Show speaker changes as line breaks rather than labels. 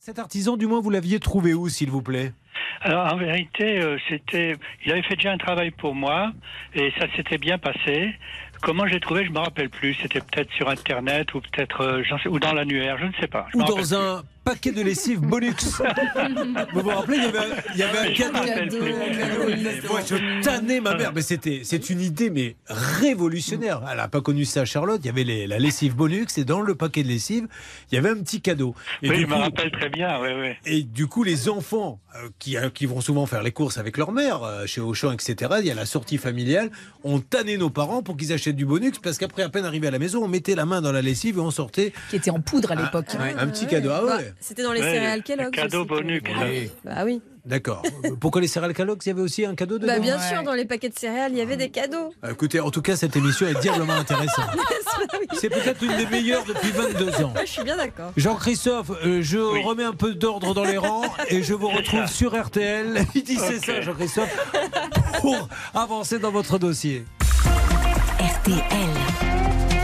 Cet artisan, du moins, vous l'aviez trouvé où, s'il vous plaît
Alors, en vérité, euh, c'était, il avait fait déjà un travail pour moi et ça s'était bien passé. Comment j'ai trouvé, je me rappelle plus. C'était peut-être sur Internet ou peut-être euh, j'en sais- ou dans l'annuaire, je ne sais pas. Je
Ou
me rappelle
dans un paquet de lessive Bonux Vous vous rappelez, il y avait un, il y avait un
plus. Je me
cadeau.
rappelle
Cadeau,
plus.
cadeau, cadeau.
Moi, je tannais ma mère. Mais c'était, c'est une idée, mais révolutionnaire. Elle n'a pas connu ça, Charlotte. Il y avait les- la lessive Bonux et dans le paquet de lessive, il y avait un petit cadeau. Et
Oui,
du
je me
coup-
rappelle très bien. Oui, oui.
Et du coup, les enfants euh, qui, euh, qui vont souvent faire les courses avec leur mère, euh, chez Auchan, etc., il y a la sortie familiale, on tannait nos parents pour qu'ils achètent du bonus, parce qu'après, à peine arrivé à la maison, on mettait la main dans la lessive et on sortait
qui était en poudre à
un,
l'époque.
un- un petit cadeau. Ah
Bah,
ouais
C'était dans les
Ouais,
céréales
le
Kellogg's.
cadeau
aussi que-
bonus.
Oui.
Bah oui.
D'accord. Pourquoi les céréales Calox, il y avait aussi un cadeau dedans
Bah bien
Ouais.
sûr, dans les paquets de céréales, il y avait des cadeaux.
Ah, Écoutez, en tout cas, cette émission est diablement intéressante. C'est peut-être une des meilleures depuis 22 ans.
Ouais, je suis bien d'accord.
Jean-Christophe, euh, je
Oui.
remets un peu d'ordre dans les rangs et je vous retrouve
ça.
sur RTL. Il dit c'est
Ok.
ça, Jean-Christophe, pour avancer dans votre dossier.
RTL.